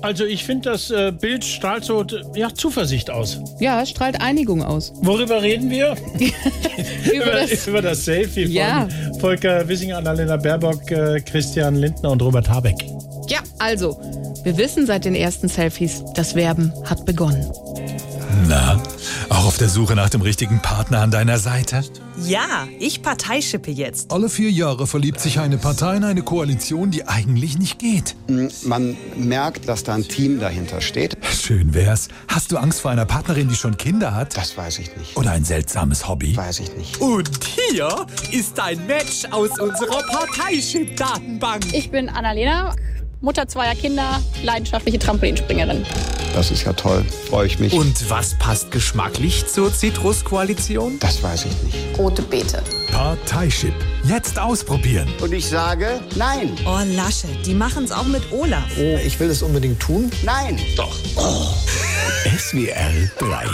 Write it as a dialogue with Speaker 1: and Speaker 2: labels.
Speaker 1: Also ich finde, das äh, Bild strahlt so ja, Zuversicht aus.
Speaker 2: Ja, es strahlt Einigung aus.
Speaker 1: Worüber reden wir?
Speaker 2: Über das-
Speaker 1: über das Selfie
Speaker 2: Ja.
Speaker 1: von Volker Wissinger, Annalena Baerbock, äh, Christian Lindner und Robert Habeck.
Speaker 2: Ja, also, wir wissen seit den ersten Selfies, das Werben hat begonnen.
Speaker 3: Na, auch auf der Suche nach dem richtigen Partner an deiner Seite?
Speaker 4: Ja, ich Parteischippe jetzt.
Speaker 3: Alle vier Jahre verliebt sich eine Partei in eine Koalition, die eigentlich nicht geht.
Speaker 5: Man merkt, dass da ein Team dahinter steht.
Speaker 3: Schön wär's. Hast du Angst vor einer Partnerin, die schon Kinder hat?
Speaker 5: Das weiß ich nicht.
Speaker 3: Oder ein seltsames Hobby?
Speaker 5: Weiß ich nicht.
Speaker 6: Und hier ist ein Match aus unserer Parteischip-Datenbank.
Speaker 7: Ich bin Annalena, Mutter zweier Kinder, leidenschaftliche Trampolinspringerin.
Speaker 5: Das ist ja toll. Freue ich mich.
Speaker 6: Und was passt geschmacklich zur Zitrus-Koalition?
Speaker 5: das weiß ich nicht.
Speaker 7: Rote Beete.
Speaker 3: Parteiship. Jetzt ausprobieren.
Speaker 5: Und ich sage nein,
Speaker 4: Oh, Lasche, die machen's auch mit Olaf.
Speaker 5: nein.
Speaker 3: SWR 3.